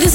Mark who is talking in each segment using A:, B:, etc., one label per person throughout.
A: this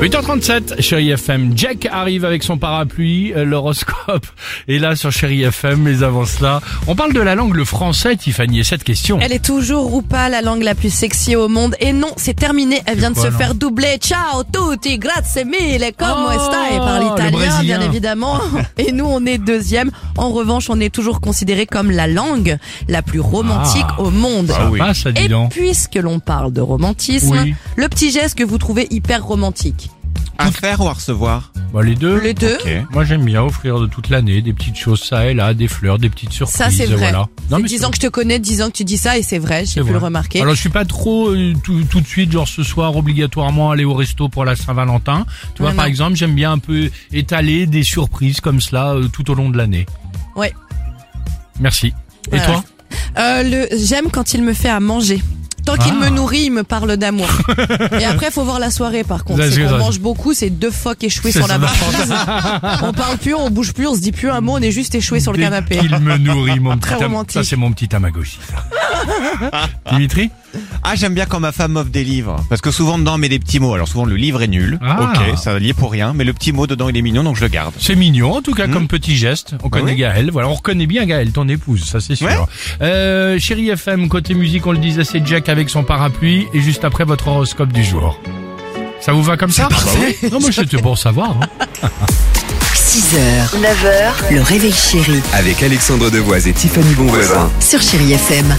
B: 8h37, chérie FM. Jack arrive avec son parapluie, euh, l'horoscope est là sur chérie FM, mais avant cela, on parle de la langue, le français, Tiffany, et cette question.
C: Elle est toujours ou pas la langue la plus sexy au monde. Et non, c'est terminé. Elle vient de
B: quoi,
C: se
B: non
C: faire doubler. Ciao tutti, grazie mille, come
B: Oh,
C: stai par
B: le
C: l'italien,
B: Brésilien.
C: bien évidemment. Et nous, on est deuxième. En revanche, on est toujours considéré comme la langue la plus romantique
B: Ah.
C: au monde.
B: Ça va, ça, dis
C: Et
B: donc.
C: puisque l'on parle de romantisme,
B: Oui.
C: le petit geste que vous trouvez hyper romantique.
D: À faire ou à recevoir
B: Bah, les deux.
C: Les deux,
B: Moi, j'aime bien offrir de toute l'année des petites choses, ça et là, des fleurs, des petites surprises.
C: ça c'est vrai.
B: Voilà.
C: C'est
B: mais
C: 10 ans que je te connais, 10 ans que tu dis ça et c'est vrai, j'ai
B: C'est
C: pu
B: vrai.
C: le remarquer.
B: Alors je suis pas trop euh, tout, tout de suite genre ce soir obligatoirement aller au resto pour la Saint-Valentin. Tu vois
C: Ouais,
B: par
C: non.
B: exemple j'aime bien un peu étaler des surprises comme cela euh, tout au long de l'année.
C: Ouais.
B: Merci. Et
C: Voilà.
B: toi
C: Euh, le j'aime quand il me fait à manger. Tant qu'il
B: Ah.
C: me nourrit, il me parle d'amour. Et après, faut voir la soirée, par contre.
B: Ça,
C: C'est
B: c'est
C: qu'on
B: ça.
C: mange beaucoup, c'est deux phoques échoués
B: C'est
C: sur la
B: ça.
C: marchandise. on parle plus, on bouge plus, on se dit plus un mot, on est juste échoué sur le
B: Dès
C: canapé.
B: qu'il me nourrit mon petit
C: Très
B: am-
C: romantique.
B: ça c'est mon petit tamagotchi. ça. Dimitri
D: Ah, j'aime bien quand ma femme m'offre des livres. Parce que souvent dedans, on met des petits mots. Alors souvent, le livre est nul.
B: Ah.
D: Ok, ça n'y est pour rien. Mais le petit mot dedans, il est mignon, donc je le garde.
B: C'est mignon en tout cas
D: Hmm. Bah
B: comme petit geste. On connaît
D: oui.
B: Gaël, voilà, on reconnaît bien Gaël, ton épouse, ça c'est sûr.
D: Ouais.
B: Euh, chérie FM, côté musique, on le disait, c'est Jack avec son parapluie et juste après votre horoscope du jour. Ça vous va comme ça Non, moi c'était pour savoir. hein.
E: 6h, 9h, le réveil chéri
F: Avec Alexandre Devoise et Tiffany Bonvoisin.
E: sur Chérie FM.